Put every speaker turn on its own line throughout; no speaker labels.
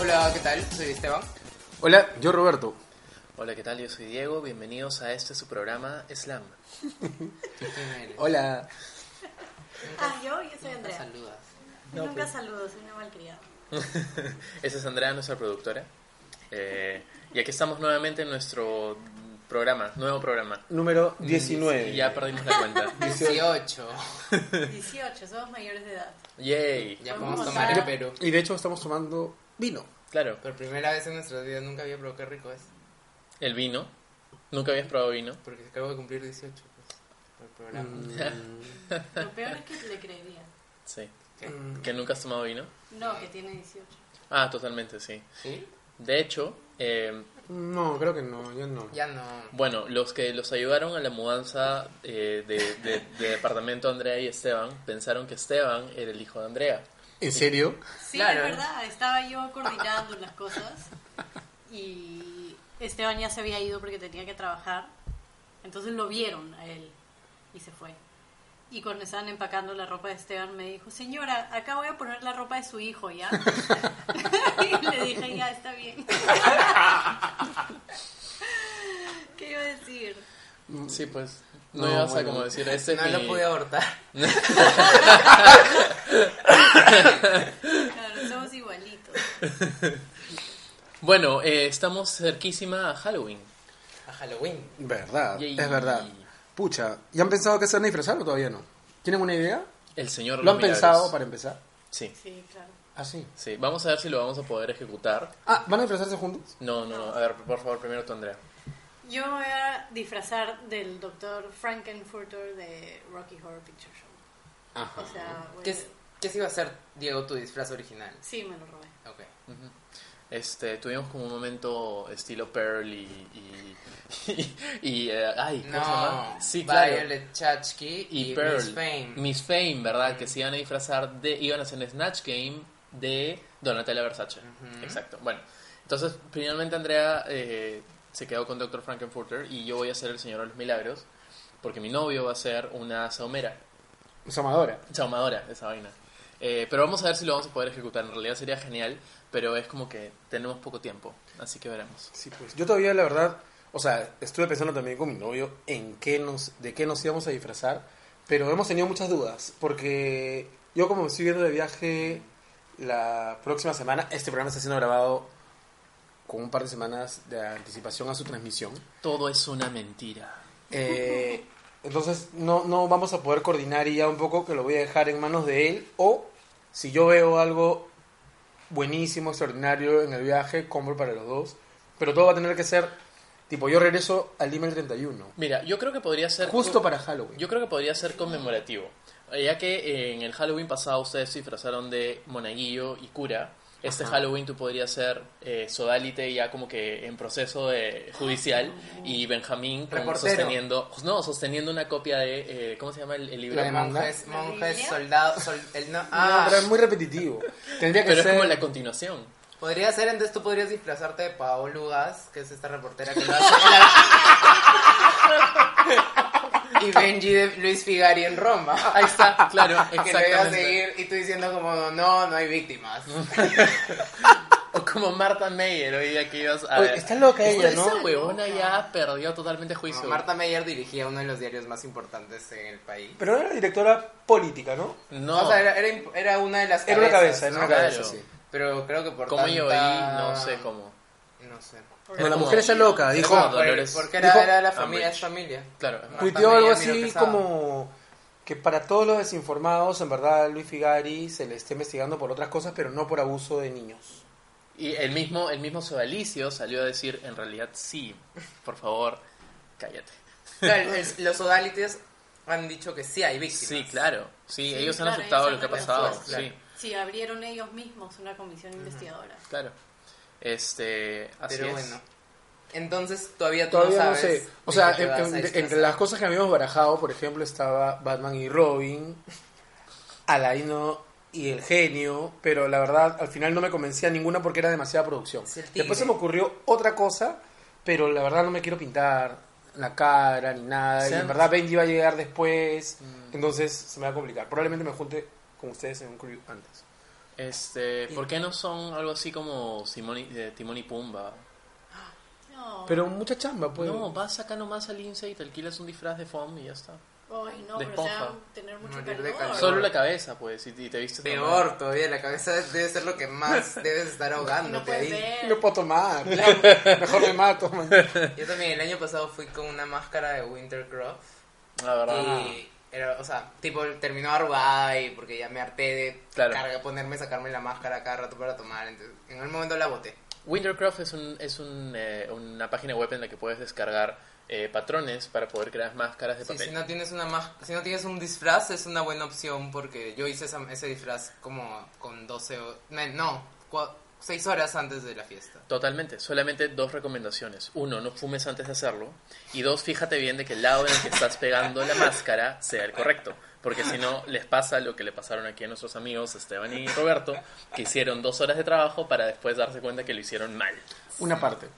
Hola, ¿qué tal? Soy Esteban.
Hola, yo Roberto.
Hola, ¿qué tal? Yo soy Diego. Bienvenidos a este su programa Slam.
Hola.
Ah, yo, yo soy Andrea.
Saludas.
No,
Nunca
pues.
saludo, soy una malcriada.
Esa es Andrea, nuestra productora. Eh, y aquí estamos nuevamente en nuestro programa, nuevo programa.
Número
Y
19.
Mm, ya perdimos la cuenta.
18.
18, somos mayores de edad.
Yay.
Ya
Vamos
podemos
a-
tomar en Perú.
Y de hecho estamos tomando vino.
Claro,
Por primera vez en nuestras vidas nunca había probado qué rico es.
el vino. Nunca habías probado vino.
Porque acabo de cumplir 18, pues. Por el programa.
Mm,
Lo peor es que le creería.
Sí.
¿Qué?
mm,
¿Que nunca has tomado vino?
No, que tiene 18.
Ah, totalmente, sí.
¿Sí?
De hecho, eh,
No, creo que no, yo no.
Ya no.
Bueno, los que los ayudaron a la mudanza eh, de, de- de departamento Andrea y Esteban pensaron que Esteban era el hijo de Andrea.
¿En serio?
Sí,
Claro.
es verdad, estaba yo coordinando las cosas y Esteban ya se había ido porque tenía que trabajar. Entonces lo vieron a él y se fue. Y cuando estaban empacando la ropa de Esteban me dijo, señora, acá voy a poner la ropa de su hijo, ¿ya? y le dije, ya, está bien. ¿Qué iba a decir?
Sí, pues. No,
No,
ibas
bueno.
a como decir, este es
No
mi-
lo pude abortar.
Claro, somos igualitos.
Bueno, eh, estamos cerquísima a Halloween.
A Halloween.
Verdad,
Yay.
es verdad. Pucha, ¿y han pensado que se van a disfrazar o todavía no? ¿Tienen una idea?
El señor
¿Lo han
Los Milagros.
pensado para empezar?
Sí,
Sí, claro.
Ah, sí.
sí. Vamos a ver si lo vamos a poder ejecutar.
Ah, ¿van a disfrazarse juntos?
No, no, no. A ver, por favor, primero tú, Andrea.
Yo me voy a disfrazar del doctor Frankenfurter de Rocky Horror Picture Show.
Ajá.
O sea, voy
¿Qué,
a-
es- ¿Qué se iba a hacer, Diego, tu disfraz original?
sí, me lo robé.
Ok.
Este, tuvimos como un momento estilo Pearl y... y y, y, eh, ay, ¿cómo se
No.
llama? Sí, claro.
Violet Chachki
y,
y,
Pearl.
Miss Fame.
Miss Fame, ¿verdad? Que se iban a disfrazar de. iban a hacer un Snatch Game de Donatella Versace.
Ujú.
Exacto. Bueno, entonces finalmente Andrea eh, se quedó con Dr. Frankenfurter y yo voy a ser el Señor de los Milagros porque mi novio va a ser una saumera,
Amadora.
saumadora, esa vaina. Eh, pero vamos a ver si lo vamos a poder ejecutar. En realidad sería genial, pero es como que tenemos poco tiempo, así que veremos.
Sí, pues yo todavía la verdad, o sea, estuve pensando también con mi novio en qué nos, de qué nos íbamos a disfrazar, pero hemos tenido muchas dudas, porque yo como estoy viendo de viaje la próxima semana, este programa está siendo grabado con un par de semanas de anticipación a su transmisión,
Todo es una mentira.
eh, entonces no, no vamos a poder coordinar y ya un poco que lo voy a dejar en manos de él, o si yo veo algo buenísimo, extraordinario en el viaje, compro para los dos. Pero todo va a tener que ser, tipo, yo regreso al Lima el 31.
Mira, yo creo que podría ser.
Justo para Halloween.
Yo creo que podría ser conmemorativo. Ya que eh, en el Halloween pasado ustedes se disfrazaron de monaguillo y cura, este
Ajá.
Halloween tú podrías ser eh, sodalite ya como que en proceso de judicial y Benjamín como
Reportero.
sosteniendo, no, sosteniendo una copia de, eh, ¿cómo se llama el, el libro?
La de Mann. manga.
monjes,
¿La
monjes,
Biblia?
soldados, sol- el no,
No,
ah,
pero es muy repetitivo. Tendría que
Pero es
ser...
como la continuación.
podría ser, entonces tú podrías disfrazarte de Paolo Lugas, que es esta reportera que lo hace. y Benji de Luis Figari en Roma.
Ahí está, claro,
Que lo iba a
exactamente.
seguir y tú diciendo como, no, no hay víctimas.
O como Marta Meyer hoy día que ibas a
Oye,
ver.
está loca ella,
Esa
¿no?
huevona ya perdió totalmente juicio.
No, Marta Meyer dirigía uno de los diarios más importantes en el país.
Pero era directora política, ¿no?
No,
O sea, era, era imp- era una de las
Era una cabeza,
cabezas,
era
¿no?
una cabeza,
Claro.
sí.
Pero creo que por
como yo ahí,
tanta-
no sé cómo.
No sé.
Por-
No, la
como-
mujer está loca, dijo...
como
No, por-
Dolores.
porque era,
Dijo-
era de la familia,
Umbridge.
es familia.
Claro.
Tuiteó algo
También, mira,
así
pesado.
como que para todos los desinformados, en verdad, Luis Figari se le está investigando por otras cosas, pero no por abuso de niños.
Y el mismo, el mismo Sodalicio salió a decir, en realidad sí, por favor, cállate.
Claro, el- los odalites han dicho que sí hay víctimas.
Sí, claro. Sí,
Sí,
ellos
claro,
han aceptado lo
ellos
que ha
han
pasado.
reconocido,
claro.
Sí,
Sí, abrieron ellos mismos una comisión investigadora.
claro. Este, así
Pero
es.
bueno. Entonces todavía tú
Todavía
no
no,
sabes.
sé. O
de
sea,
qué te
en-
vas a
en- entre
disfrazar.
las cosas que habíamos barajado, por ejemplo, estaba Batman y Robin, Alaino y el genio, pero la verdad al final no me convencía ninguna porque era demasiada producción.
Es el tigre.
Después se me ocurrió otra cosa, pero la verdad no me quiero pintar, la cara ni nada. Y
Sean-
en verdad Benji va a llegar después.
mm.
Entonces se me va a complicar. Probablemente me junte con ustedes en un crew antes.
Este, ¿por qué no son algo así como Simón y, eh, Timón y Pumba?
No.
Pero mucha chamba, pues.
No, vas acá nomás al INSEE y te alquilas un disfraz de foam y ya está.
Ay, no,
de
pero se va a
esponja.
tener mucho
Morir de
calor.
calor.
Solo la cabeza, pues, y, y te viste normal.
Peor todavía, la cabeza debe ser lo que más debes estar
No
ahogándote
puedes
ahí.
No
ver.
lo puedo tomar. Mejor me mato, man.
Yo también el año pasado fui con una máscara de Wintercroft
La verdad.
y era, o sea, tipo terminó arrugada y porque ya me harté de
Claro.
carga- ponerme, sacarme la máscara cada rato para tomar, entonces en el momento la boté.
Wintercraft es, un, es un, eh, una página web en la que puedes descargar eh, patrones para poder crear máscaras de
Sí,
papel.
si no tienes una mas- si no tienes un disfraz es una buena opción porque yo hice esa- ese disfraz como con 12 o- no, no, 6 horas antes de la fiesta.
Totalmente, solamente dos recomendaciones. Uno, no fumes antes de hacerlo. Y dos, fíjate bien de que el lado en el que estás pegando la máscara sea el correcto. Porque si no, les pasa lo que le pasaron aquí a nuestros amigos Esteban y Roberto, que hicieron dos horas de trabajo para después darse cuenta que lo hicieron mal.
Una parte.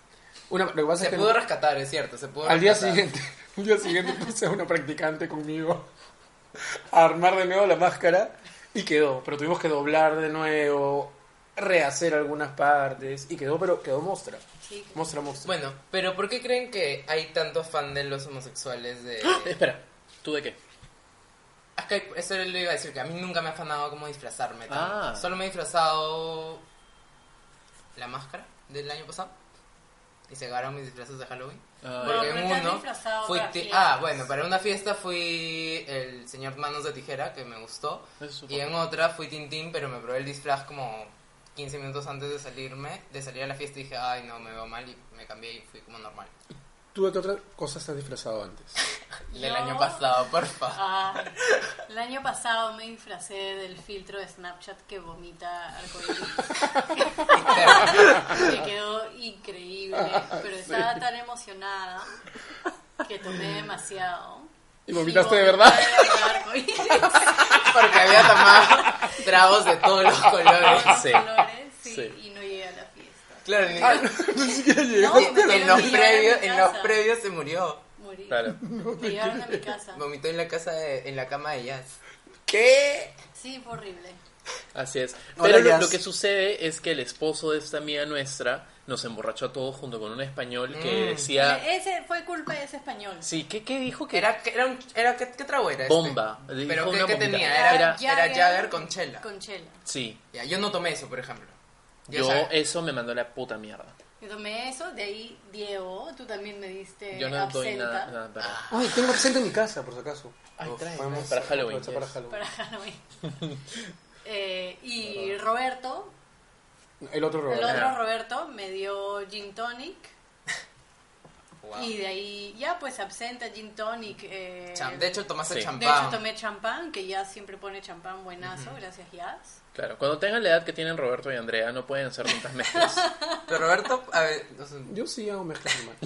Una, lo que pasa
Se
es que
pudo rescatar, es cierto, se pudo
al día
rescatar.
siguiente, al día siguiente puse a una practicante conmigo a armar de nuevo la máscara y quedó. Pero tuvimos que doblar de nuevo, rehacer algunas partes y quedó, pero quedó mostra.
Sí.
Mostra, mostra.
Bueno, pero ¿por qué creen que hay tanto fan de los homosexuales de
Ah,
Ah,
Espera, ¿tú de qué?
Es que eso le iba a decir que a mí nunca me ha afanado como disfrazarme. tanto.
Ah.
Solo me he disfrazado la máscara del año pasado. Y se acabaron mis disfraces de Halloween.
Bueno,
Porque
pero
en
te has
uno
disfrazado
fui
para
ti-
fiestas.
ah, bueno, para una fiesta fui el señor Manos de Tijera, que me gustó.
Eso supongo.
Y en otra fui Tintín, pero me probé el disfraz como 15 minutos antes de salirme, de salir a la fiesta y dije, ay no, me veo mal y me cambié y fui como normal.
¿Tú de qué otra cosa estás disfrazado antes?
Del
Yo-
año pasado, porfa.
Ah, el año pasado me disfracé del filtro de Snapchat que vomita arcoíris. Ah. Me quedó increíble, pero estaba tan emocionada que tomé demasiado.
¿Y vomitaste de verdad?
vomité de verdad arcoíris.
Porque había tomado tragos de todos los colores.
Todos los
Ah, Sí.
colores, sí,
Sí.
y no llegué a la fiesta.
Claro, ni-
Ni siquiera
Ah, No,
llegó.
me
en,
llevaron
los
a mi
previos, en
casa.
los previos se murió.
Morí.
Claro.
Me llevaron a mi casa.
Vomitó en la casa de- en la cama de Jazz.
¿Qué?
Sí, fue horrible.
Así es.
Hola,
Pero lo,
Jazz.
lo que sucede es que el esposo de esta amiga nuestra nos emborrachó a todos junto con un español que
Mm.
decía...
Ese fue culpa de ese español.
Sí, ¿qué, qué dijo que
Era, era un, era, ¿qué, qué trago era este?
Bomba. Dijo
Pero
una
¿qué, qué
bombita.
tenía?
Era
Era, era
Jagger
Jagger con chela.
Con chela.
Sí,
Ya, yo no tomé eso, por ejemplo.
yo eh,
o sea,
eso me mandó a la puta mierda.
Yo tomé eso, de ahí Diego, tú también me diste
Yo no doy
absenta
nada, nada para.
Ay, tengo presente en mi casa, por si acaso.
Ay,
Uf,
Ah, trae,
Podemos
para Halloween.
aprovechar
yes.
Para Halloween.
para Halloween. Eh, y Roberto,
El otro
el
Roberto.
otro Roberto, me dio gin tonic.
wow.
Y de ahí, ya pues absenta, gin tonic. eh,
Cham- de hecho, tomaste
Sí.
de
champán.
hecho, tomé champán, que ya siempre pone champán buenazo, gracias Yas.
Claro, cuando tengan la edad que tienen Roberto y Andrea, no pueden hacer tantas mezclas.
Pero Roberto, a ver, no sé,
Yo sí hago mezclas normal.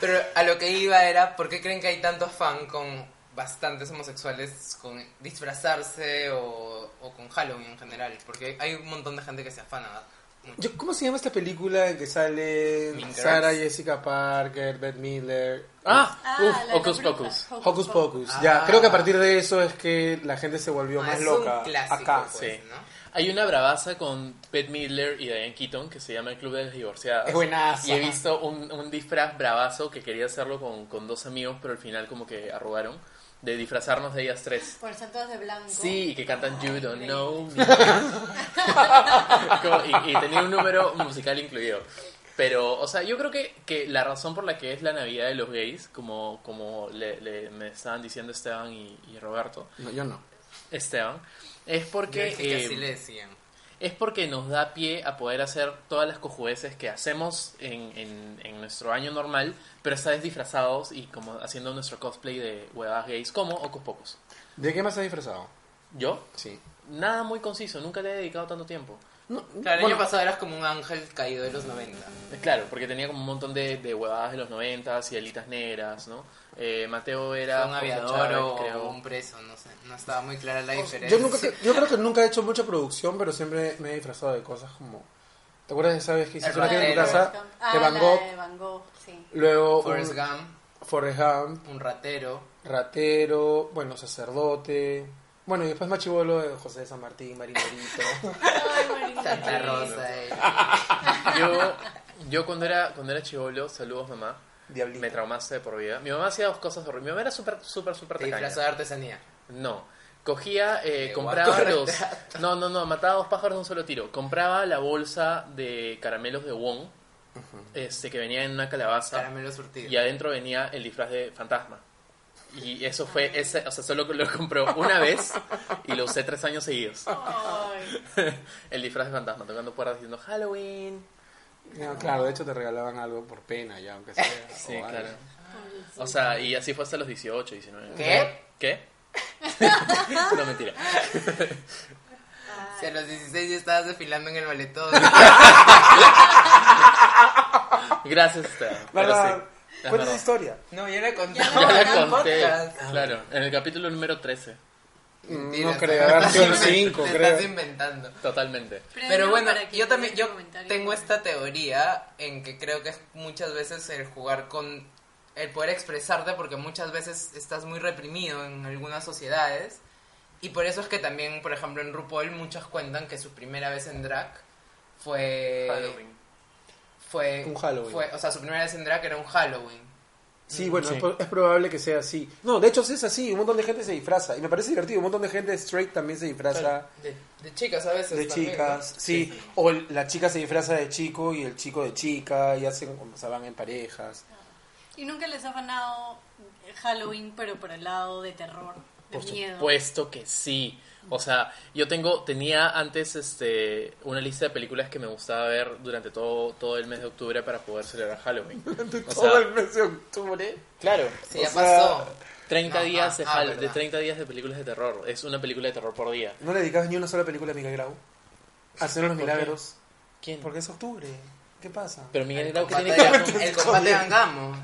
pero a lo que iba era, ¿por qué creen que hay tantos fan con bastantes homosexuales con disfrazarse o, o con Halloween en general? Porque hay un montón de gente que se afana.
Yo- ¿Cómo se llama esta película en que salen
Mean
Sarah
Girls.
Jessica Parker, Beth Miller?
ah,
Ah,
uf,
la
Hocus
compra-
Pocus.
Hocus Pocus.
Ah.
Ya, creo que a partir de eso es que la gente se volvió
Ah,
más
es
loca.
un clásico,
acá.
pues,
sí.
¿no?
Hay una bravaza con Bette Midler y Diane Keaton que se llama El Club de las Divorciadas.
Es buenaza.
Y he visto un, un disfraz bravazo que quería hacerlo con, con dos amigos, pero al final como que arrugaron de disfrazarnos de ellas tres.
Por ser todas de blanco.
Sí, y que cantan You Don't
increíble.
Know Me. Como- y, y tenía un número musical incluido. Pero, o sea, yo creo que, que la razón por la que es la Navidad de los gays, como, como le, le- me estaban diciendo Esteban y, y Roberto,
No, yo no.
Esteban, es
Yo
porque...
dije que
eh,
así le decían.
es porque nos da pie a poder hacer todas las cojudeces que hacemos en, en- en nuestro año normal, pero esta vez disfrazados y como haciendo nuestro cosplay de huevadas gays como Ocus Pocus.
¿De qué más has disfrazado?
Yo,
Sí.
nada muy conciso, nunca le he dedicado tanto tiempo.
No,
Claro, el
bueno,
año pasado eras como un ángel caído de los 90.
Eh, Claro, porque tenía como un montón de, de huevadas de los noventas y alitas negras, ¿no? Eh, Mateo era
un
Jorge
aviador
Chávez,
o
creo.
un preso, no sé. No estaba muy clara la diferencia.
yo, nunca, yo creo que nunca he hecho mucha producción, pero siempre me he disfrazado de cosas como ¿Te acuerdas de esa vez que hiciste
El
una tienda en tu
ratero.
casa?
Ah,
De Van
la
Gogh,
de Van Gogh, sí.
luego
Forrest
un-
Gump,
Forrest Gump,
un ratero.
ratero, bueno, sacerdote. Bueno, y después Machibolo de José de San Martín, Marinerito.
Ay, María.
Santa
Sí.
Rosa. eh.
Yo, yo cuando era cuando era chivolo, saludos mamá,
Diablito.
me traumaste de por vida. Mi mamá hacía dos cosas horribles. Mi mamá era súper, súper, súper
Te
tacaña.
disfrazó de artesanía.
No. Cogía, eh,
Qué
compraba
guapo.
los... No, no, no, mataba dos pájaros de un solo tiro. Compraba la bolsa de caramelos de Wong, este, que venía en una calabaza,
Caramelo surtido.
y adentro venía el disfraz de fantasma. Y eso fue, ese, o sea, solo lo compró una vez y lo usé tres años seguidos.
Ay,
El disfraz de fantasma, tocando puertas diciendo Halloween.
No, claro, de hecho te regalaban algo por pena ya, aunque sea.
Sí,
o algo.
claro.
pobrecito.
O sea, y así fue hasta los 18, 19.
¿Qué?
¿Qué? no, mentira.
Si a los 16 ya estabas desfilando en el maletón.
Gracias, Esteban. Pero
¿Verdad?
sí, es
¿Cuál es la
verdad.
historia?
No, ya la conté.
Ya
Ya
No,
la
en el
conté.
podcast.
Claro, en el capítulo número 13.
Mentira,
Mm, no creo,
te
habrá sido el
estás
5,
inven- te
creo.
estás inventando.
Totalmente.
Premio
Pero bueno,
para quien
yo también
deje
yo
un comentario.
tengo esta teoría en que creo que es muchas veces el jugar con el poder expresarte porque muchas veces estás muy reprimido en algunas sociedades y por eso es que también, por ejemplo, en RuPaul muchas cuentan que su primera vez en drag fue fue
Un Halloween.
fue- o sea, su primera vez en drag era un Halloween.
Sí, bueno,
Sí.
Es, pro- es probable que sea así. No, de hecho sí es así, un montón de gente se disfraza. Y me parece divertido, un montón de gente straight también se disfraza.
de, de chicas a veces
de
también,
chicas,
¿no?
sí. O el- la chica se disfraza de chico y el chico de chica y hacen, o sea, van en parejas.
Y nunca les ha ganado Halloween, pero por el lado de terror, de
Por
miedo.
supuesto que sí. O sea, yo tengo, tenía antes este, una lista de películas que me gustaba ver durante todo, todo el mes de octubre para poder celebrar Halloween. O sea,
Todo el mes de octubre.
Claro.
Sí, ya
¿eh? O sea,
pasó.
30
No,
días
ah,
de,
ah,
Hall-
verdad.
de 30 días de películas de terror. Es una película de terror por día.
No le dedicabas ni una sola película a Miguel Grau. A Hacer los
¿Por
milagros.
¿Quién?
Porque es octubre. ¿Qué pasa?
Pero Miguel Grau que
Combate-
tiene que ver con-
el combate vengamos.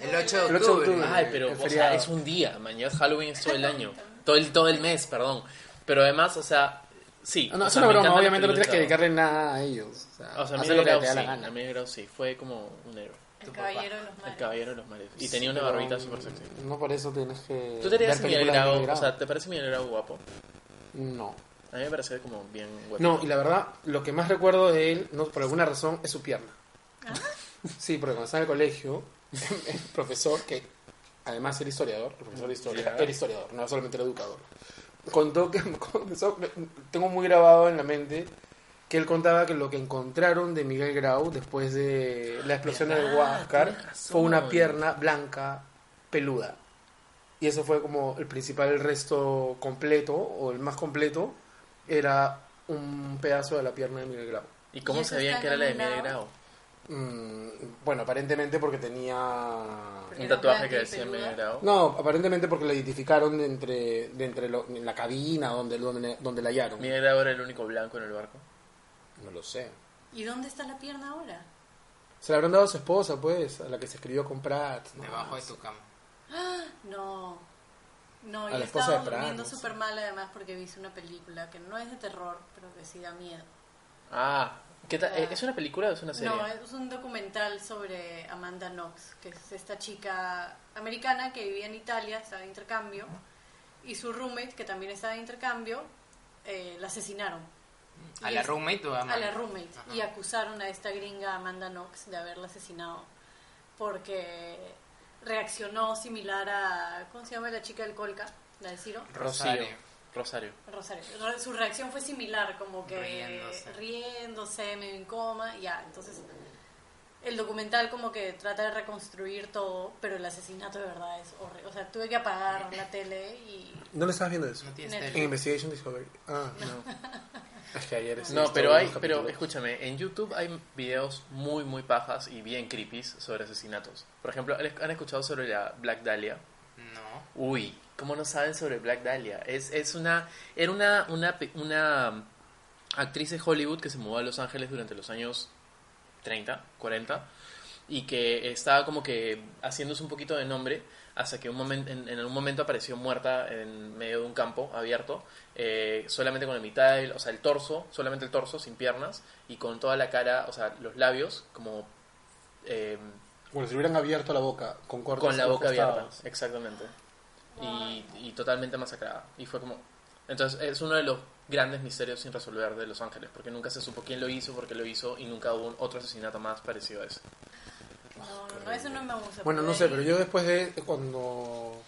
El 8 de
El 8 de
octubre.
octubre.
Ay, pero
El
o sea,
feriado.
es un día, mañana Halloween es todo el año, todo el todo el mes, perdón. Pero además, o sea, sí.
No, no,
o
es
sea,
una
me
broma,
encantan
obviamente no tienes
las
que
películas
dedicarle nada a ellos. O sea,
de terror. O sea,
haz
Miguel
lo que
Grau
te da la
sí,
gana.
a Miguel Grau sí, fue como un héroe,
El
Tu
caballero de los
el
mares.
caballero de los mares. Y tenía una
Pero,
barbita súper sexy.
No por eso tienes que.
¿Tú te harías
ver
Miguel
películas de
Grau?
Miguel
O sea, ¿te parece Miguel Grau guapo?
No.
A mí me parece como bien guapo.
No, y la verdad, lo que más recuerdo de él, no, por alguna razón, es su pierna.
Ah.
Sí, porque cuando estaba en el colegio, el profesor, que además era historiador, el profesor de historia,
Ya.
era historiador, no solamente era educador, contó que, comenzó- tengo muy grabado en la mente, que él contaba que lo que encontraron de Miguel Grau después de la explosión de
¿Verdad?
Huáscar
Tienes razón.
fue una pierna blanca, peluda. Y eso fue como el principal resto completo, o el más completo, era un pedazo de la pierna de Miguel Grau.
¿Y
¿Y
cómo
eso
sabían
está
que era la de
nominado?
Miguel Grau?
Mm, bueno, aparentemente porque tenía...
Pero
Un
era
tatuaje
blanca
que
y
decía
peluda.
Miguel Grau.
No, aparentemente porque la identificaron de entre, de entre lo- en la cabina donde, donde, donde la hallaron.
Miguel Grau era el único blanco en el barco.
No lo sé.
¿Y dónde está la pierna ahora?
Se la habrán dado a su esposa, pues, a la que se escribió con Pratt. ¿no?
Debajo de tu cama.
No. No,
A
yo
la esposa
estaba
de Fran,
durmiendo
no sé.
súper mal además porque vi una película que no es de terror, pero que sí da miedo.
Ah, ¿qué tal?
Ah.
¿Es una película o es una serie?
No, es un documental sobre Amanda Knox, que es esta chica americana que vivía en Italia, estaba de intercambio, y su roommate, que también estaba de intercambio, eh, la asesinaron.
¿A
Y
la
es-
roommate o a
a
Amanda?
la roommate
Ajá.
y acusaron a esta gringa Amanda Knox de haberla asesinado porque reaccionó similar a ¿cómo se llama la chica del Colca? La de Ciro
Rosario.
Rosario.
Rosario.
Rosario. Re- Su reacción fue similar, como que
Riéndose.
riéndose, medio en coma, ya. Entonces, el documental como que trata de reconstruir todo, pero el asesinato de verdad es horrible. O sea, tuve que apagar la tele y
¿Dónde estabas viendo eso?
No tienes
Netflix.
En
tele.
Investigation Discovery. Ah, no. es que ayer
No,
estuve
pero
viendo
hay,
unos
pero
capítulos.
escúchame, en YouTube hay videos muy, muy pajas y bien creepies sobre asesinatos. Por ejemplo, ¿han han escuchado sobre la Black Dahlia?
No.
Uy, ¿cómo no saben sobre Black Dahlia? Es, es una, era una, una, pe- una um, actriz de Hollywood que se mudó a Los Ángeles durante los años 30, 40 y que estaba como que haciéndose un poquito de nombre hasta que un momento, en, en algún momento apareció muerta en medio de un campo abierto, eh, solamente con la mitad, del- o sea, el torso, solamente el torso, sin piernas, y con toda la cara, o sea, los labios, como eh,
Bueno, si hubieran abierto la boca con cortes
con la
a los
boca
costados.
abierta, exactamente. Y, y totalmente masacrada. Y fue como... Entonces es uno de los grandes misterios sin resolver de Los Ángeles, porque nunca se supo quién lo hizo, por qué lo hizo, y nunca hubo un- otro asesinato más parecido a ese.
No, no, no, eso no me gusta.
Bueno, no
porque
sé, pero yo después de cuando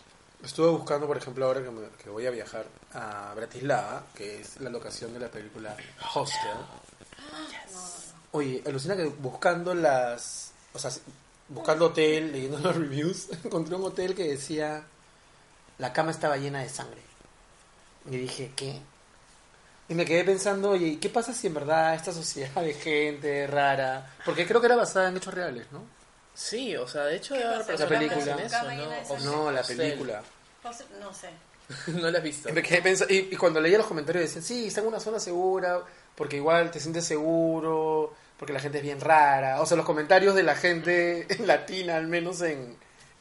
estuve buscando, por ejemplo, ahora que, me- que voy a viajar a Bratislava, que es la locación de la película Hostel. Oye, alucina que buscando las, o sea, buscando hotel, leyendo los reviews, encontré un hotel que decía la cama estaba llena de sangre. Y dije, ¿qué? Y me quedé pensando, oye, ¿y ¿qué pasa si en verdad esta sociedad de gente rara? Porque creo que era basada en hechos reales, ¿no?
Sí, o sea, de hecho debe haber
pasa?
personas
La
que hacen
película.
eso,
Cama llena de
¿no?
sangre.
No, la
Hostel.
película.
no- No sé.
no la has visto.
Y me quedé pensa- y, y cuando leía los comentarios decían, sí, está en una zona segura, porque igual te sientes seguro, porque la gente es bien rara. O sea, los comentarios de la gente latina, al menos en,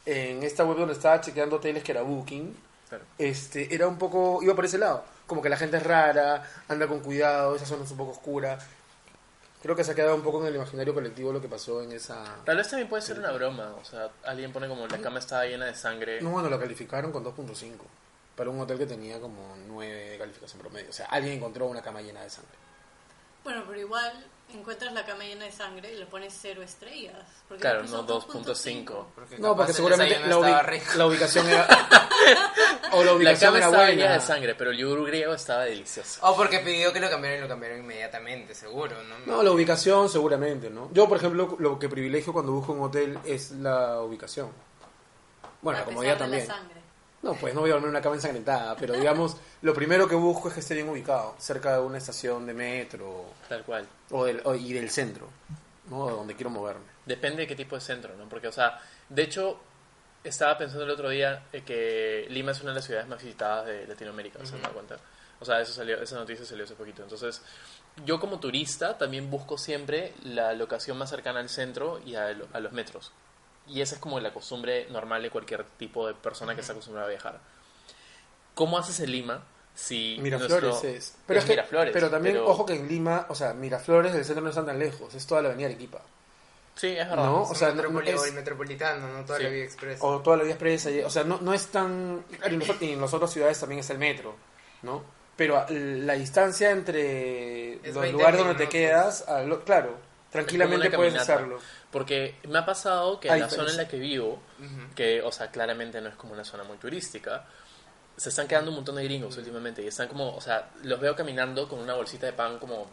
en esta web donde estaba chequeando hoteles que era Booking,
Claro.
este, era un poco, iba por ese lado. Como que la gente es rara, anda con cuidado, esa zona es un poco oscura. Creo que se ha quedado un poco en el imaginario colectivo lo que pasó en esa...
Tal vez también puede ser una broma, o sea, alguien pone como la cama estaba llena de sangre.
No, bueno, lo calificaron con 2.5 para un hotel que tenía como 9 de calificación promedio. O sea, alguien encontró una cama llena de sangre.
Bueno, pero igual encuentras la cama llena de sangre y le pones cero estrellas. porque
Claro,
le puso
no 2.5
Porque
No, porque
capaz el
seguramente
desayuno
la,
estaba
ubi-
rico.
la ubicación era. o la
La
ubicación
cama
era
estaba llena
buena.
de sangre, pero el yogur griego estaba delicioso.
O Oh, porque pidió que lo cambiaran y lo cambiaron inmediatamente, seguro, ¿no?
No, la ubicación seguramente, ¿no? Yo, por ejemplo, lo que privilegio cuando busco un hotel es la ubicación. Bueno,
a
la
pesar
comodidad
de
también.
La sangre.
No, pues no voy a dormir en una cama ensangrentada, pero digamos, lo primero que busco es que esté bien ubicado, cerca de una estación de metro
Tal cual.
o del- o- y del centro, ¿no? De Donde quiero moverme.
Depende de qué tipo de centro, ¿no? Porque, o sea, de hecho, estaba pensando el otro día eh, que Lima es una de las ciudades más visitadas de Latinoamérica, ¿se han dado cuenta? O sea, eso salió, esa noticia salió hace poquito. Entonces, yo como turista también busco siempre la locación más cercana al centro y a, lo- a los metros. Y esa es como la costumbre normal de cualquier tipo de persona que está acostumbrada a viajar. ¿Cómo haces en Lima si
Miraflores
nuestro-
es. Pero, es que-
Miraflores,
pero también, ojo que en Lima, o sea, Miraflores del centro no están tan lejos, es toda la avenida Arequipa.
Sí, es verdad.
¿No?
Es
O
un
sea, no- no
metropoli- o
es-
el metropolitano, no toda
Sí.
la vía expresa.
o toda la vía expresa, y- o sea, no, no es tan... Y en los- y en las otras ciudades también es el metro, ¿no? Pero a- la distancia entre los
20
lugares donde te
minutos.
quedas, a lo- claro, tranquilamente
Es como una
puedes
caminata.
hacerlo.
Porque me ha pasado que en
Hay
la zona en
diferencia.
la que vivo, que, o sea, claramente no es como una zona muy turística, se están quedando un montón de gringos
Mm.
últimamente y están como, o sea, los veo caminando con una bolsita de pan como,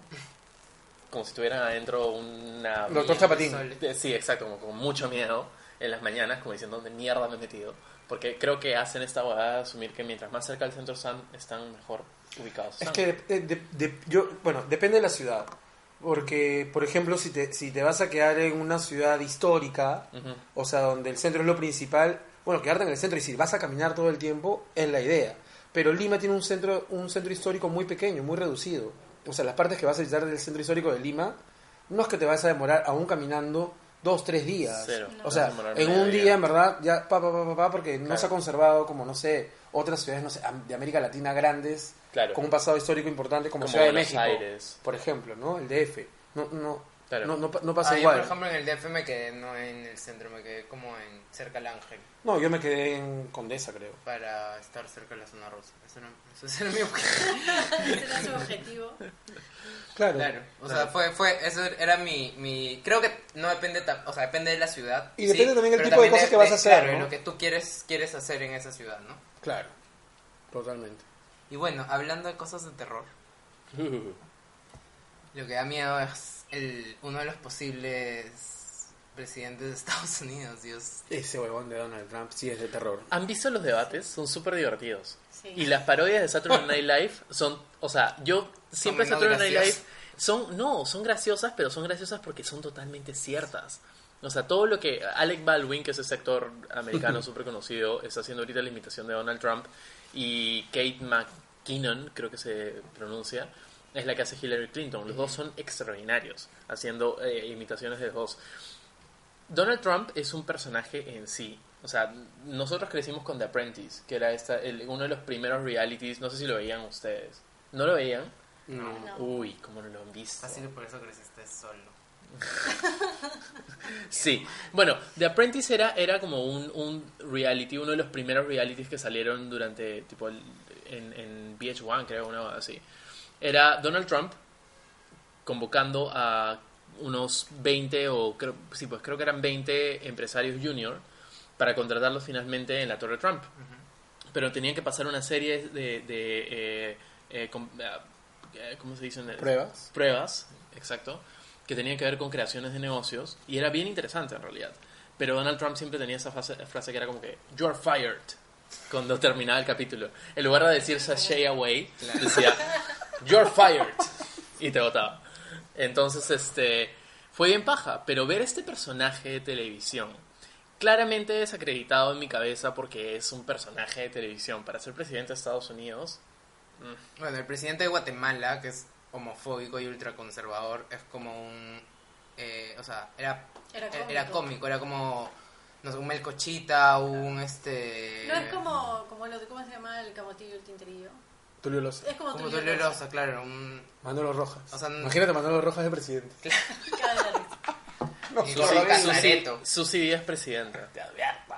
como si tuvieran adentro una...
Doctor Chapatín.
Sol.
Eh, Sí, exacto, como con mucho miedo en las mañanas, como diciendo, ¿dónde mierda me he metido? Porque creo que hacen esta huevada de asumir que mientras más cerca del centro están, están mejor ubicados.
Es que de- de- de- yo, bueno, depende de la ciudad. Porque, por ejemplo, si te, si te vas a quedar en una ciudad histórica,
Ujú.
o sea, donde el centro es lo principal, bueno, quedarte en el centro y si vas a caminar todo el tiempo es la idea. Pero Lima tiene un centro, un centro histórico muy pequeño, muy reducido. O sea, las partes que vas a visitar del centro histórico de Lima, no es que te vas a demorar aún caminando dos, tres días.
Cero.
O
Te
sea,
vas a demorar
en
medio
un
día.
día, en verdad, ya pa, pa, pa, pa, pa, porque no
Claro.
se ha conservado como, no sé, otras ciudades no sé, am- de América Latina grandes,
Claro.
con un pasado histórico importante como,
Como
Ciudad de
Buenos
México,
Aires.
por ejemplo, ¿no? El DF. No, no,
Claro.
no, no, pa- no pasa
Ah, yo,
igual.
por ejemplo, en el DF me quedé no en el centro, me quedé como en cerca al Ángel
No, yo me quedé en Condesa, creo.
para estar cerca de la zona rosa. Eso era, ese era mi objetivo.
Ese era su objetivo.
Claro.
claro. O sea, fue, fue, eso era mi, mi... Creo que no depende, ta- o sea, depende de la ciudad.
Y depende también del
pero
tipo de cosas que vas a hacer,
Claro, de
¿no?
lo que tú quieres, quieres hacer en esa ciudad, ¿no?
Claro. Totalmente.
Y bueno, hablando de cosas de terror,
Uh,
lo que da miedo es el, uno de los posibles presidentes de Estados Unidos, Dios.
Ese huevón de Donald Trump sí es de terror.
¿Han visto los debates? Son súper divertidos.
Sí.
Y las parodias de Saturday Night Live son, o sea, yo siempre
menos
Saturday Night Live
graciosas.
son, no, son graciosas, pero son graciosas porque son totalmente ciertas. O sea, todo lo que Alec Baldwin, que es ese actor americano súper conocido, está haciendo ahorita la imitación de Donald Trump y Kate McKinnon, creo que se pronuncia, es la que hace Hillary Clinton. Los dos son extraordinarios haciendo eh, imitaciones de los dos. Donald Trump es un personaje en sí O sea, nosotros crecimos con The Apprentice, que era esta, el- uno de los primeros realities. No sé si lo veían ustedes. ¿No lo veían?
No.
No.
Uy, cómo no lo han visto.
Fácil por eso creciste solo.
Sí, bueno, The Apprentice era, era como un, un reality, uno de los primeros realities que salieron durante, tipo, el- en, en VH1, creo, una cosa así. Era Donald Trump convocando a unos 20, o creo, sí, pues creo que eran 20 empresarios junior para contratarlos finalmente en la Torre Trump. Pero tenían que pasar una serie de... de, eh, eh, com- eh, ¿Cómo se dicen?
¿Pruebas?
pruebas, exacto, que tenían que ver con creaciones de negocios y era bien interesante en realidad. Pero Donald Trump siempre tenía esa frase, frase que era como que, you are fired, cuando terminaba el capítulo. En lugar de decir sashay away, decía, you are fired, y te votaba. Entonces, este, fue bien paja, pero ver este personaje de televisión, claramente desacreditado en mi cabeza porque es un personaje de televisión, para ser presidente de Estados Unidos,
Bueno, el presidente de Guatemala, que es homofóbico y ultraconservador, es como un... eh, o sea, era,
Era
era-
cómico.
Eh, era cómico, era como... No sé, un melcochita, un este...
No es como, como lo, ¿cómo se llama el camotillo, el tinterillo?
Tulio Loza.
Es como,
Como
tu
Tulio
libro.
Loza, claro, un...
Manolo Rojas.
O sea, no-
Imagínate a Manolo Rojas de presidente.
pues. Cállate.
No,
Sí,
no,
eh, sí.
no.
Robin
Susi,
Lareto.
Susi Díaz presidenta. Te advierto.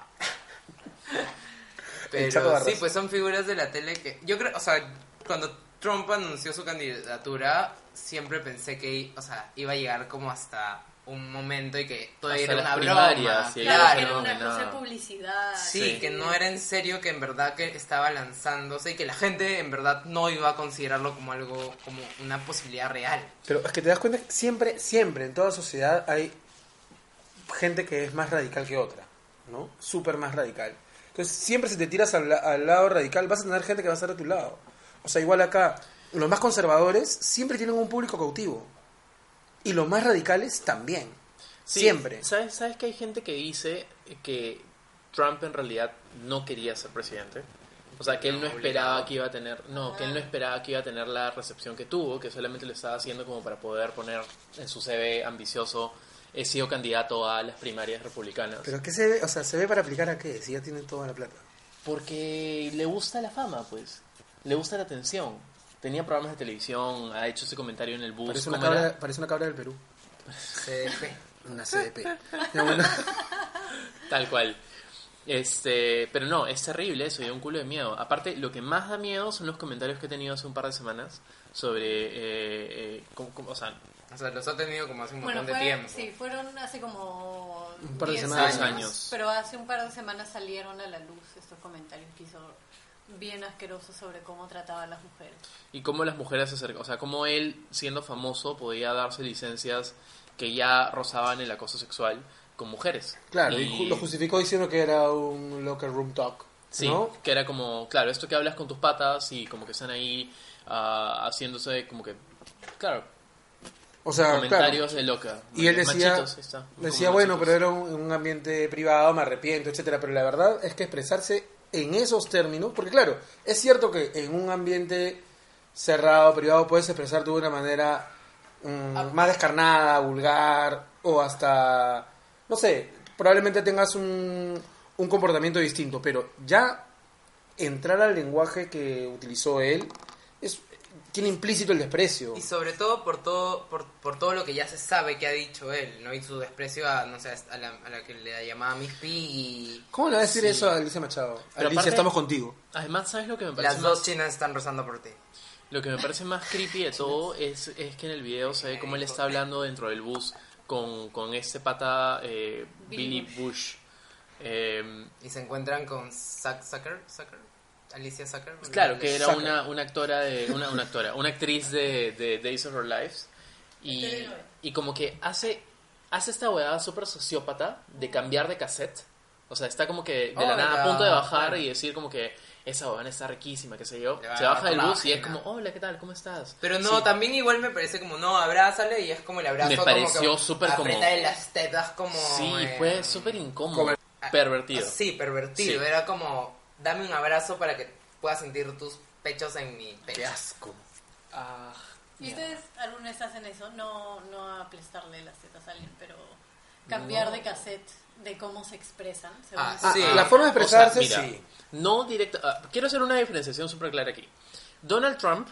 El Chato
Pero
Barros.
sí, pues son figuras de la tele que... Yo creo, o sea, cuando Trump anunció su candidatura, siempre pensé que, o sea, iba a llegar como hasta un momento y que todo
Hasta
era
las
una broma.
primarias, sí,
Claro,
Claro,
que era una
no.
cosa de publicidad.
Sí,
Sí.
que no era en serio, que en verdad que estaba lanzándose y que la gente en verdad no iba a considerarlo como algo, como una posibilidad real.
Pero es que te das cuenta, que siempre, siempre, en toda sociedad hay gente que es más radical que otra, ¿no? Súper más radical. Entonces, siempre si te tiras al, la- al lado radical, vas a tener gente que va a estar a tu lado. O sea, igual acá, los más conservadores siempre tienen un público cautivo. Y los más radicales también.
Sí,
siempre.
¿Sabes, ¿Sabes que hay gente que dice que Trump en realidad no quería ser presidente? O sea, que él
No,
no esperaba
obligado.
que iba a tener, no, que él no esperaba que iba a tener la recepción que tuvo, que solamente lo estaba haciendo como para poder poner en su CV ambicioso, he sido candidato a las primarias republicanas.
Pero ¿qué se ve? O sea, ¿se ve para aplicar a qué? Si ya tienen toda la plata.
Porque le gusta la fama, pues. Le gusta la atención. Tenía programas de televisión, ha hecho ese comentario en el bus.
Parece una
¿cómo era?
cabra, parece una cabra del Perú.
CDP.
Una CDP. Ya, bueno.
Tal cual. Este, pero no, es terrible eso, y da un culo de miedo. Aparte, lo que más da miedo son los comentarios que he tenido hace un par de semanas sobre, eh, eh, cómo- cómo- o sea,
O sea, los ha tenido como hace un
Bueno,
montón de
fue-
tiempo.
sí, fueron hace como
Un par de
10
semanas.
años,
años.
pero hace un par de semanas salieron a la luz estos comentarios que hizo bien asquerosos sobre cómo trataba a las mujeres.
y cómo las mujeres se acercan, o sea, cómo él, siendo famoso, podía darse licencias que ya rozaban el acoso sexual con mujeres.
Claro, y ju- lo justificó diciendo que era un locker room talk.
Sí,
¿no?
que era como, claro, esto que hablas con tus patas y como que están ahí ah, haciéndose como que, claro,
O sea, claro.
comentarios de loca.
Y él decía,
Machitos, ahí está.
decía
Como
bueno,
machitos.
pero era un, un ambiente privado, me arrepiento, etcétera. Pero la verdad es que expresarse en esos términos, porque claro, es cierto que en un ambiente cerrado, privado, puedes expresar de una manera mm, más descarnada, vulgar, o hasta, no sé, probablemente tengas un, un comportamiento distinto, pero ya entrar al lenguaje que utilizó él es, tiene implícito el desprecio.
Y sobre todo por todo por, por todo lo que ya se sabe que ha dicho él, ¿no? Y su desprecio a, no sé, a la, a la que le llamaba Miss Piggy.
¿Cómo le va a decir
Sí.
eso a Alicia Machado?
Pero
Alicia,
aparte-
estamos contigo.
Además, ¿sabes lo que me parece?
Las
más?
dos chinas están rozando por ti.
Lo que me parece más creepy de todo es, es que en el video se ve cómo él está hablando dentro del bus con, con este pata eh, Billy
Billy
Bush. Eh,
Y se encuentran con Zack Zucker, Zucker, Alicia Zucker.
Pues claro, que era
Sucker.
una, una actora, de, una, una actora, una actriz de, de Days of Our Lives. Y,
Telenovela.
y como que hace, hace esta huevada súper sociópata de cambiar de cassette. O sea, está como que de la
Oh,
nada a
la-
punto de bajar
bueno.
y decir como que esa huevada está riquísima, qué sé yo.
Le va a
Se
dar
baja del bus y es
página.
como, hola, ¿qué tal? ¿Cómo estás?
Pero no,
Sí.
también igual me parece como, no, abrázale y es como el abrazo.
Me
como
pareció
que
súper como-
apretarle las tetas como...
Sí,
eh,
fue súper incómodo.
como-
Pervertido.
Sí, pervertido.
Sí.
Era como, dame un abrazo para que puedas sentir tus pechos en mi pecho.
asco.
Ah,
¿Y ustedes alguna vez hacen eso? No, no aplastarle las tetas a alguien, pero cambiar
No.
de cassette de cómo se expresan. según
Ah,
eso.
Ah,
sí.
la forma de
O sea,
expresarse,
mira,
sí.
No directa. ah, quiero hacer una diferenciación súper clara aquí. Donald Trump,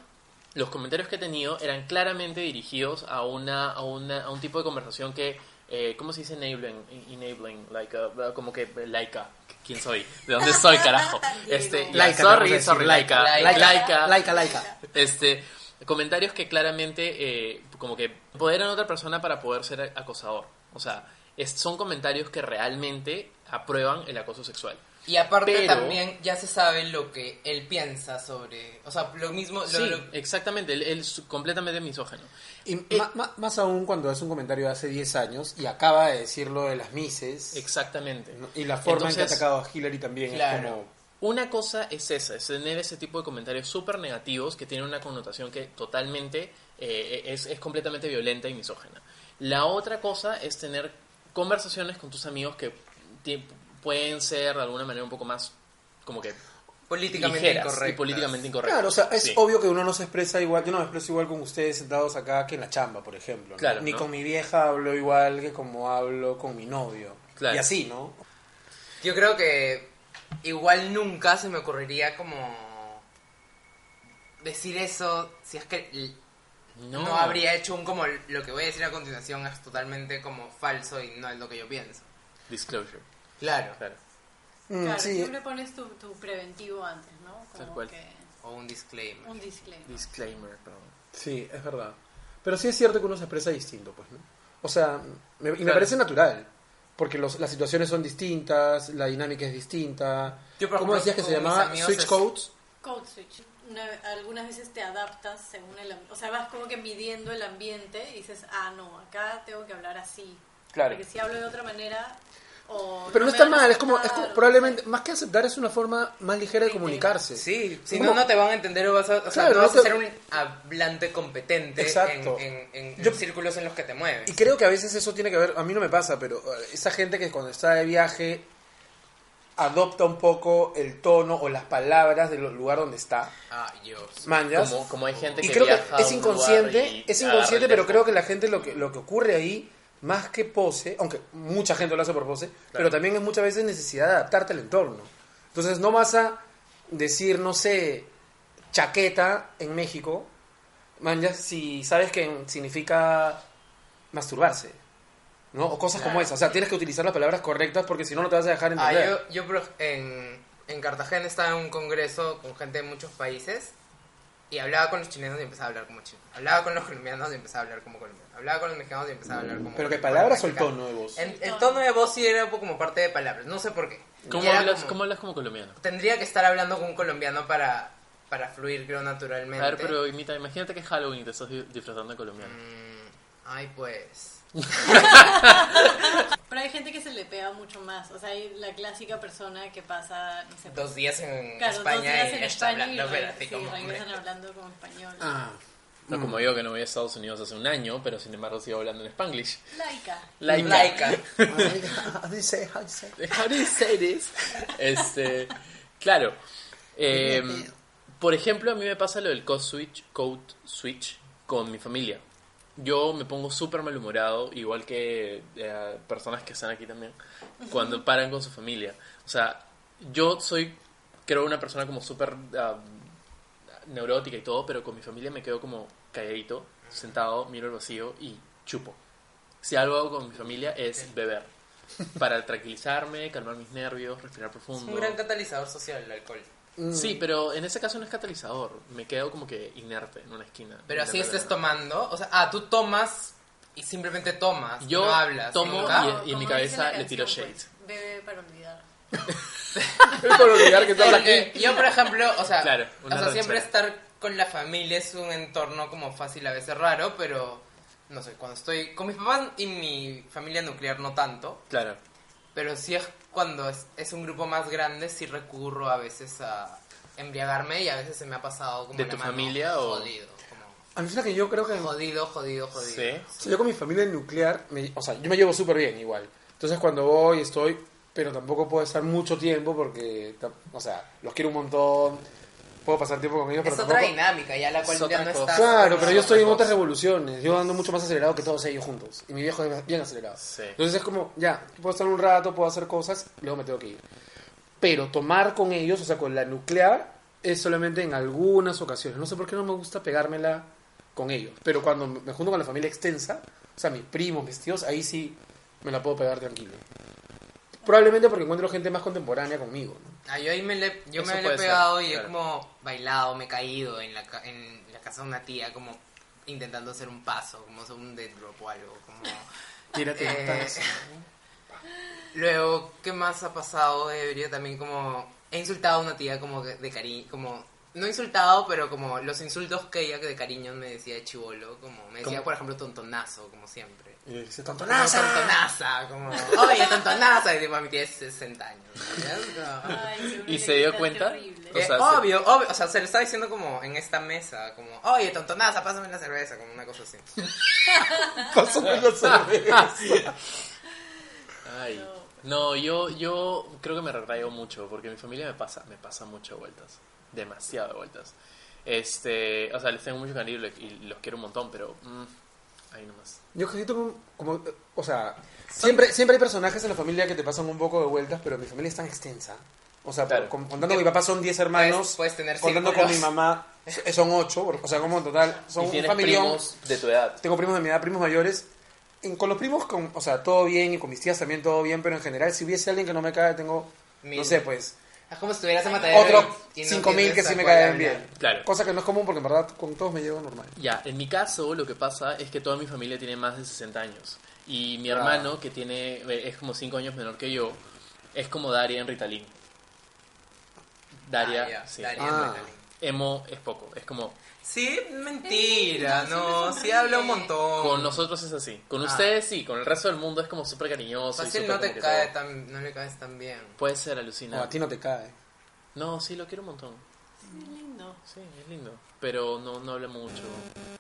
los comentarios que he tenido eran claramente dirigidos a, una, a, una- a un tipo de conversación que. eh, ¿Cómo se dice enabling? Enabling, like, ah, como que eh, laica. ¿Quién soy? ¿De dónde soy, carajo? Este, ya,
Laica, te vamos a
sorry,
decir,
sorry,
laica.
laica.
Laica.
Laica.
Laica, laica.
Este, comentarios que claramente, eh, como que empoderan a otra persona para poder ser acosador. O sea, es- son comentarios que realmente aprueban el acoso sexual.
Y aparte
Pero-
también ya se sabe lo que él piensa sobre... O sea, lo mismo... lo-
Sí,
lo-
exactamente, él, él es completamente misógeno.
Y
Eh,
ma- ma- más aún cuando es un comentario de hace 10 años y acaba de decirlo de las Mises.
Exactamente.
¿no? Y la forma en que ha
Entonces,
atacado a Hillary también
Claro.
es como...
Una cosa es esa, es tener ese tipo de comentarios súper negativos que tienen una connotación que totalmente eh, es, es completamente violenta y misógena. La otra cosa es tener conversaciones con tus amigos que ti- pueden ser de alguna manera un poco más como que
políticamente
ligeras
incorrecto.
y políticamente incorrectas.
Claro, o sea, es
Sí.
obvio que uno no se expresa igual, yo no me expreso igual con ustedes sentados acá que en la chamba, por ejemplo. ¿no?
Claro,
Ni
¿no?
con mi vieja hablo igual que como hablo con mi novio.
Claro.
Y así, ¿no?
Yo creo que igual nunca se me ocurriría como decir eso si es que l- no. habría hecho un como lo que voy a decir a continuación es totalmente como falso y no es lo que yo pienso.
Disclosure,
Claro.
claro.
Mm,
Claro,
sí,
siempre pones tu, tu preventivo antes, ¿no? Como
Tal cual.
que
O un disclaimer.
un disclaimer.
Disclaimer, perdón.
sí, es verdad. Pero sí es cierto que uno se expresa distinto, pues, ¿no? O sea, me, y me
Claro.
parece natural, porque los- las situaciones son distintas, la dinámica es distinta.
Yo, por
¿Cómo
ejemplo,
decías que
con
se
mis
llamaba?
amigos
Switch
es-
Codes.
Code switch. Una- algunas veces te adaptas según el ambiente. O sea, vas como que midiendo el ambiente y dices, ah, no, acá tengo que hablar así.
Claro.
Porque si hablo de otra manera. O
Pero no,
me
está
van a
mal, es como, es
aceptar,
como
o-
probablemente, más que aceptar, es una forma más ligera de
Sí, sí.
comunicarse.
Sí, si
¿Cómo?
no, no te van a entender o vas a, o sea,
Claro,
no vas
no
a
te-
ser un hablante competente
Exacto.
en, en- en
Yo-
los círculos en los que te mueves.
Y creo que a veces eso tiene que ver, a mí no me pasa, pero eh, esa gente que cuando está de viaje adopta un poco el tono o las palabras del lugar donde está.
Ah, yo.
Mangas.
Como, como hay gente
y
que
creo
viaja
que es
a un lugar
inconsciente,
y
es
agarra
inconsciente,
el
pero
teléfono.
creo que la gente lo que, lo que ocurre ahí, más que pose, aunque mucha gente lo hace por pose, pero también es muchas veces necesidad de adaptarte al entorno. Entonces no vas a decir, no sé, chaqueta en México, man, ya si sabes que en- significa masturbarse, ¿no? O cosas como
Claro.
esas. O sea, tienes que utilizar las palabras correctas porque si no, no te vas a dejar
Ah,
entender.
yo, yo pro- en, en Cartagena estaba en un congreso con gente de muchos países y hablaba con los chilenos y empezaba a hablar como chino. Hablaba con los colombianos y empezaba a hablar como colombiano. Hablaba con los mexicanos y empezaba a hablar como
Pero que
como
palabras o el
mexicano.
tono de voz.
En- el tono de voz sí era como parte de palabras, no sé por qué.
¿Cómo
Era
hablas,
como-
¿Cómo hablas como colombiano?
Tendría que estar hablando con un colombiano para, para fluir, creo, naturalmente.
A ver, pero imita, imagínate que es Halloween y te estás di- disfrazando de colombiano.
Mm, ay, pues...
Pero hay gente que se le pega mucho más. O sea, hay la clásica persona que pasa. No sé,
Dos días en
claro,
España
dos días
y
en
ya está
España y
hablando, pero
re-
así
sí,
como...
regresan hablando como español.
Ah,
No como yo que no voy a Estados Unidos hace un año, pero sin embargo sigo hablando en Spanglish.
Laica.
Ah.
Like,
Laica.
dice, dice.
How do you say this? Este, claro. Eh, por ejemplo, a mí me pasa lo del code switch, code switch con mi familia. Yo me pongo súper malhumorado, igual que eh, personas que están aquí también, cuando paran con su familia. O sea, yo soy, creo, una persona como súper ah, neurótica y todo, pero con mi familia me quedo como calladito, sentado, miro el vacío y chupo. Si algo hago con mi familia es beber. Para tranquilizarme, calmar mis nervios, respirar
Es
profundo.
un gran catalizador social el alcohol.
Mm.
Sí, pero en ese caso no es catalizador. Me quedo como que inerte en una esquina.
Pero así
No, no, no,
estés
no.
tomando, o sea, ah, tú tomas y simplemente tomas,
Yo
no hablas.
tomo
nunca.
y- en mi
Como
cabeza
dice la
le tiro
canción,
shades.
pues, Bebe para olvidar.
Es por olvidar que estás
Porque
aquí.
eh, yo, por ejemplo, o sea,
Claro,
o
una
sea, siempre
ranchera.
estar con la familia es un entorno como fácil, a veces raro, pero no sé, cuando estoy con mis papás y mi familia nuclear no tanto,
Claro.
pero sí es cuando es, es un grupo más grande, sí recurro a veces a embriagarme y a veces se me ha pasado como
¿De
la
tu
mano
familia o-
jodido, como
Alucina que yo creo que... O
jodido, jodido, jodido.
Sí.
sea, yo con mi familia nuclear, me- o sea, yo me llevo súper bien igual. Entonces cuando voy estoy, pero tampoco puedo estar mucho tiempo porque, ta- o sea, los quiero un montón. puedo pasar tiempo con ellos, pero
Es otra
tampoco-
dinámica, ya la cual
Es
ya
otra
no
cosa.
está.
Claro, pero yo estoy en
Otra
otras
cosa.
revoluciones. Yo ando mucho más acelerado que todos ellos juntos. Y mi viejo es bien acelerado.
Sí.
Entonces es como, ya, puedo estar un rato, puedo hacer cosas, luego me tengo que ir. Pero tomar con ellos, o sea, con la nuclear, es solamente en algunas ocasiones. No sé por qué no me gusta pegármela con ellos. Pero cuando me junto con la familia extensa, o sea, mis primos, mis tíos, ahí sí me la puedo pegar tranquilo. Probablemente porque encuentro gente más contemporánea conmigo. ¿no?
Ah, yo ahí me le, yo
Eso
me le he
puede ser,
pegado y
claro.
he como bailado, me he caído en la, ca- en la casa de una tía, como intentando hacer un paso, como hacer un dead drop o algo. Como,
Tírate
eh,
un taxi.
Luego, ¿qué más ha pasado? Eh, Yo también como he insultado a una tía como que de cariño, como no insultado, pero como los insultos que ella que de cariño me decía de chivolo, como me decía,
¿Cómo?
por ejemplo, tontonazo, como siempre.
Y le dice,
Como,
"Tontonaza".
Tontonaza, como, oye, tontonaza, y tipo, mi tía es 60 años. ¿sabes? Como-
Ay, seguro
¿Y
que
se dio
está
cuenta?
terrible.
O
eh,
sea, se-
obvio, obvio, o sea, se lo estaba diciendo como en esta mesa, como, oye, tontonaza, pásame la cerveza, como una cosa así.
Pásame la cerveza.
Ay. No, yo, yo creo que me retraigo mucho, porque mi familia me pasa, me pasa muchas vueltas, demasiadas vueltas. Este, o sea, les tengo mucho cariño y lo- y los quiero un montón, pero mm, ahí nomás.
Yo casi tengo un- como, o sea, siempre, siempre hay personajes en la familia que te pasan un poco de vueltas, pero mi familia es tan extensa. O sea,
Claro.
con- contando con mi papá son 10 hermanos,
Puedes- puedes tener
contando con mi
círculos.
mamá eh, son 8, o sea, como en total, son
y
un
tienes
familión.
primos de tu edad.
Tengo primos de mi edad, primos mayores. En- con los primos, con, o sea, todo bien, y con mis tías también todo bien, pero en general, si hubiese alguien que no me cae, tengo, no
Mil.
sé, pues,
Es como si estuvieras en matadero.
otro
y no
5.000 que
tienes
sí
a
me
cuál
caen
hablar.
bien.
Claro.
Cosa que no es común porque en verdad con todos me llevo normal.
Ya, en mi caso lo que pasa es que toda mi familia tiene más de 60 años. Y
Ah.
mi hermano, que tiene eh, es como 5 años menor que yo, es como Daria en Ritalin. Daria,
Ah, ya,
sí.
Daria,
Ah.
Ritalin.
Emo es poco, es como...
Sí, mentira,
Sí,
no,
siempre
sí habla un
sonríe.
montón.
Con nosotros es así. Con
Oh. Ah.
ustedes sí, con el resto del mundo es como súper cariñoso. y
Fácil
súper
no te
como que
cae
todo.
tan, no le caes tan bien.
Puede ser
O a ti
alucinante.
no te cae.
No, sí, lo quiero un montón.
Sí, lindo.
Sí, es lindo. Pero no, no habla mucho.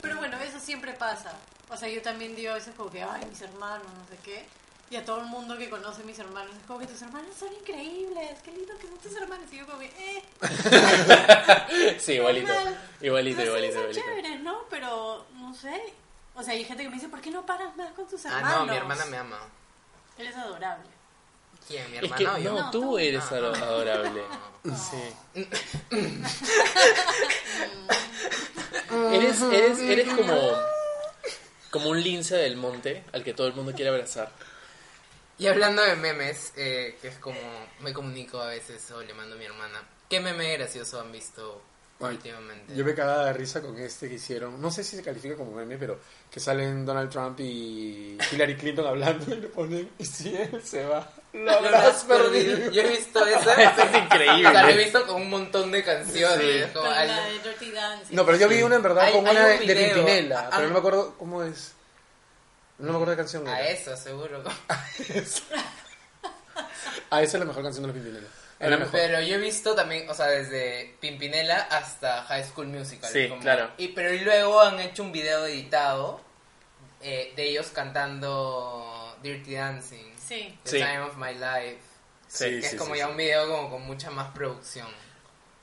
Pero bueno, eso siempre pasa. O sea, yo también digo a veces como que, ay, mis hermanos, no sé qué. Y a todo el mundo que conoce a mis hermanos, es como que tus hermanos son increíbles, qué lindo que son tus hermanos. Y yo como que, eh,
Sí, igualito.
Normal.
Igualito,
o sea,
igualito,
son
igualito.
chéveres, ¿no? Pero, no sé. O sea, hay gente que me dice, ¿por qué no paras más con tus
Ah,
hermanos?
no, mi hermana me ama.
Eres adorable.
¿Quién? ¿Mi
Es
hermana
que
o yo?
no,
No,
tú
tú.
eres
Ah.
ado- adorable. Sí. Eres, eres, eres como, como un lince del monte al que todo el mundo quiere abrazar.
Y hablando de memes, eh, que es como me comunico a veces o le mando a mi hermana, ¿qué meme gracioso han visto
Ay,
últimamente?
Yo me cagaba de risa con este que hicieron. No sé si se califica como meme, pero que salen Donald Trump y Hillary Clinton hablando y le ponen, y si él se va, lo
Lo habrás
habrás perdido.
perdido. Yo he visto eso. eso
es increíble.
O sea, lo he visto con un montón de canciones.
Sí.
como
Con
al-
la de Dirty Dancing.
No, pero yo vi una en verdad
Hay-
con
hay
una
un
de, de
video.
Pimpinela,
Ah,
pero
ah.
no me acuerdo cómo es. No me acuerdo de canción.
a
era.
eso, seguro.
Ah, esa es la mejor canción de los Pimpinela. Es la mejor.
Pero yo he visto también, o sea, desde Pimpinela hasta High School Musical.
Sí, claro.
Y, pero luego han hecho un video editado eh, de ellos cantando Dirty Dancing.
Sí.
The
Sí.
Time of My Life.
Sí,
que es como ya un video como con mucha más producción.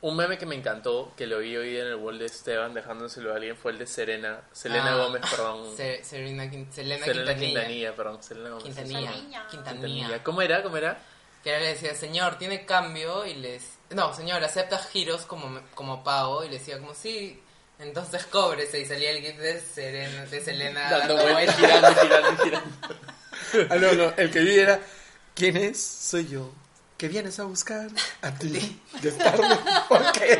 Un meme que me encantó, que lo vi hoy en el wall de Esteban dejándoselo a alguien, fue el de Serena. Selena
Ah.
Gómez, perdón.
Se- Serena, Quin- Selena,
Mm. Selena
Quintanilla.
Quintanilla, perdón. Selena Gómez.
Quintanilla.
Quintanilla.
Quintanilla.
¿Cómo era? ¿Cómo era?
Que le decía, señor, tiene cambio y les... No, señor, acepta giros como, como pago y le decía como, sí, entonces cóbrese y salía el gif de Serena, de Selena
Dando
dando
vueltas,
vueltas.
girando, girando, girando.
Ah, no, no, el que vi era, ¿quién es? Soy yo. Que vienes a buscar a ti. De estarme. ¿Por qué?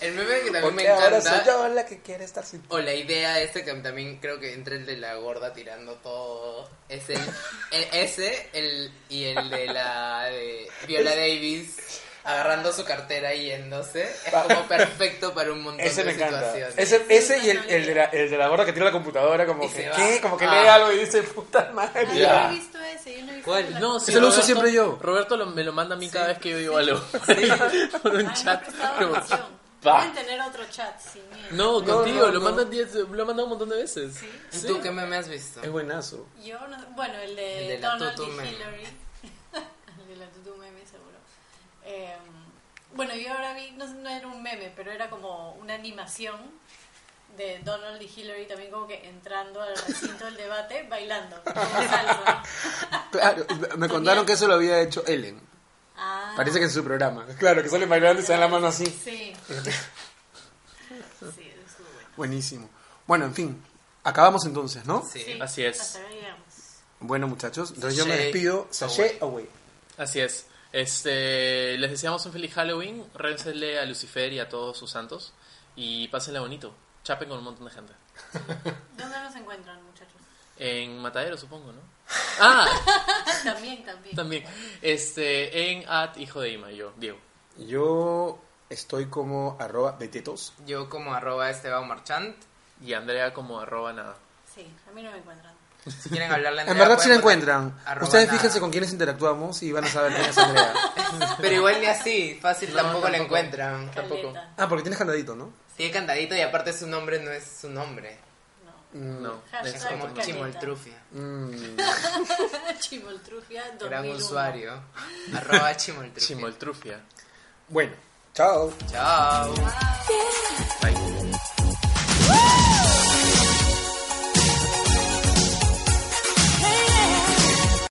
El meme que también me
Porque ahora soy
encanta,
yo la que quiere estar sin
o la idea este que también creo que entre el de la gorda tirando todo, es el, el- ese el, y el de la de Viola Davis agarrando su cartera y yéndose, es como perfecto para un montón
Ese
de
me encanta.
situaciones.
Ese, ese y el, el, de la, el de la gorda que tira la computadora, como
Y
que,
se va.
¿qué? Como que
Ah.
lee algo y dice, puta madre.
Ay,
Ya.
yo no he visto ese, yo no he visto
¿Cuál?
el de la-
No, sí,
Ese lo uso
Roberto-
siempre yo.
Roberto lo- me lo manda a mí cada vez que yo digo algo. Por
Ay,
un
no he
chat.
prestado
Como,
atención.
pa.
Pueden tener otro chat sin miedo.
No,
No,
contigo,
no,
lo
no.
mandan diez- lo mandan un montón de veces.
¿Sí?
¿Y tú qué meme has visto?
Es buenazo.
Yo no, bueno, el de,
El de la
Donald
Tutu
y
meme.
Hillary. el de la Tutu meme, seguro. Eh, Bueno, yo ahora vi, no, no era un meme, pero era como una animación de Donald y Hillary también como que entrando al recinto del debate bailando. como salsa.
Claro, me contaron que eso lo había hecho Ellen.
Ah,
Parece que en su programa. Claro, que salen bailando y se dan la mano así.
Sí. Sí, es muy bueno.
Buenísimo. Bueno, en fin. Acabamos entonces, ¿no?
Sí.
Sí,
así es.
Hasta acá llegamos.
Bueno, muchachos. Entonces yo me
Sashay
despido. Sashay away.
Así es. Este, les deseamos un feliz Halloween. Rénsenle a Lucifer y a todos sus santos. Y pásenla bonito. Chapen con un montón de gente.
¿Dónde nos encuentran, muchachos?
En Matadero, supongo, ¿no? Ah,
También, también.
también. Este, en at hijo de Ima, yo, Diego.
Yo estoy como arroba betetos.
Yo como arroba Esteban Marchand.
Y Andrea como arroba nada.
Sí, a mí no me encuentran.
Si quieren hablarle a
En
Andrea,
verdad sí la
pueden poner
encuentran.
arroba
Ustedes
nada.
fíjense con quiénes interactuamos y van a saber quién es Andrea.
Pero igual ni así, fácil
No,
tampoco, la
tampoco.
encuentran.
Tampoco.
Caleta.
Ah, porque tienes candadito, ¿no?
Sigue cantadito y aparte su nombre no es su nombre.
No.
Mm,
No.
Hashtag
Es
eso
como
no.
Caleta.
Chimoltrufia.
mm.
Chimoltrufia 2001.
Gran usuario. Arroba Chimoltrufia.
Chimoltrufia.
Bueno, chao.
Chao.
Ah.
Bye.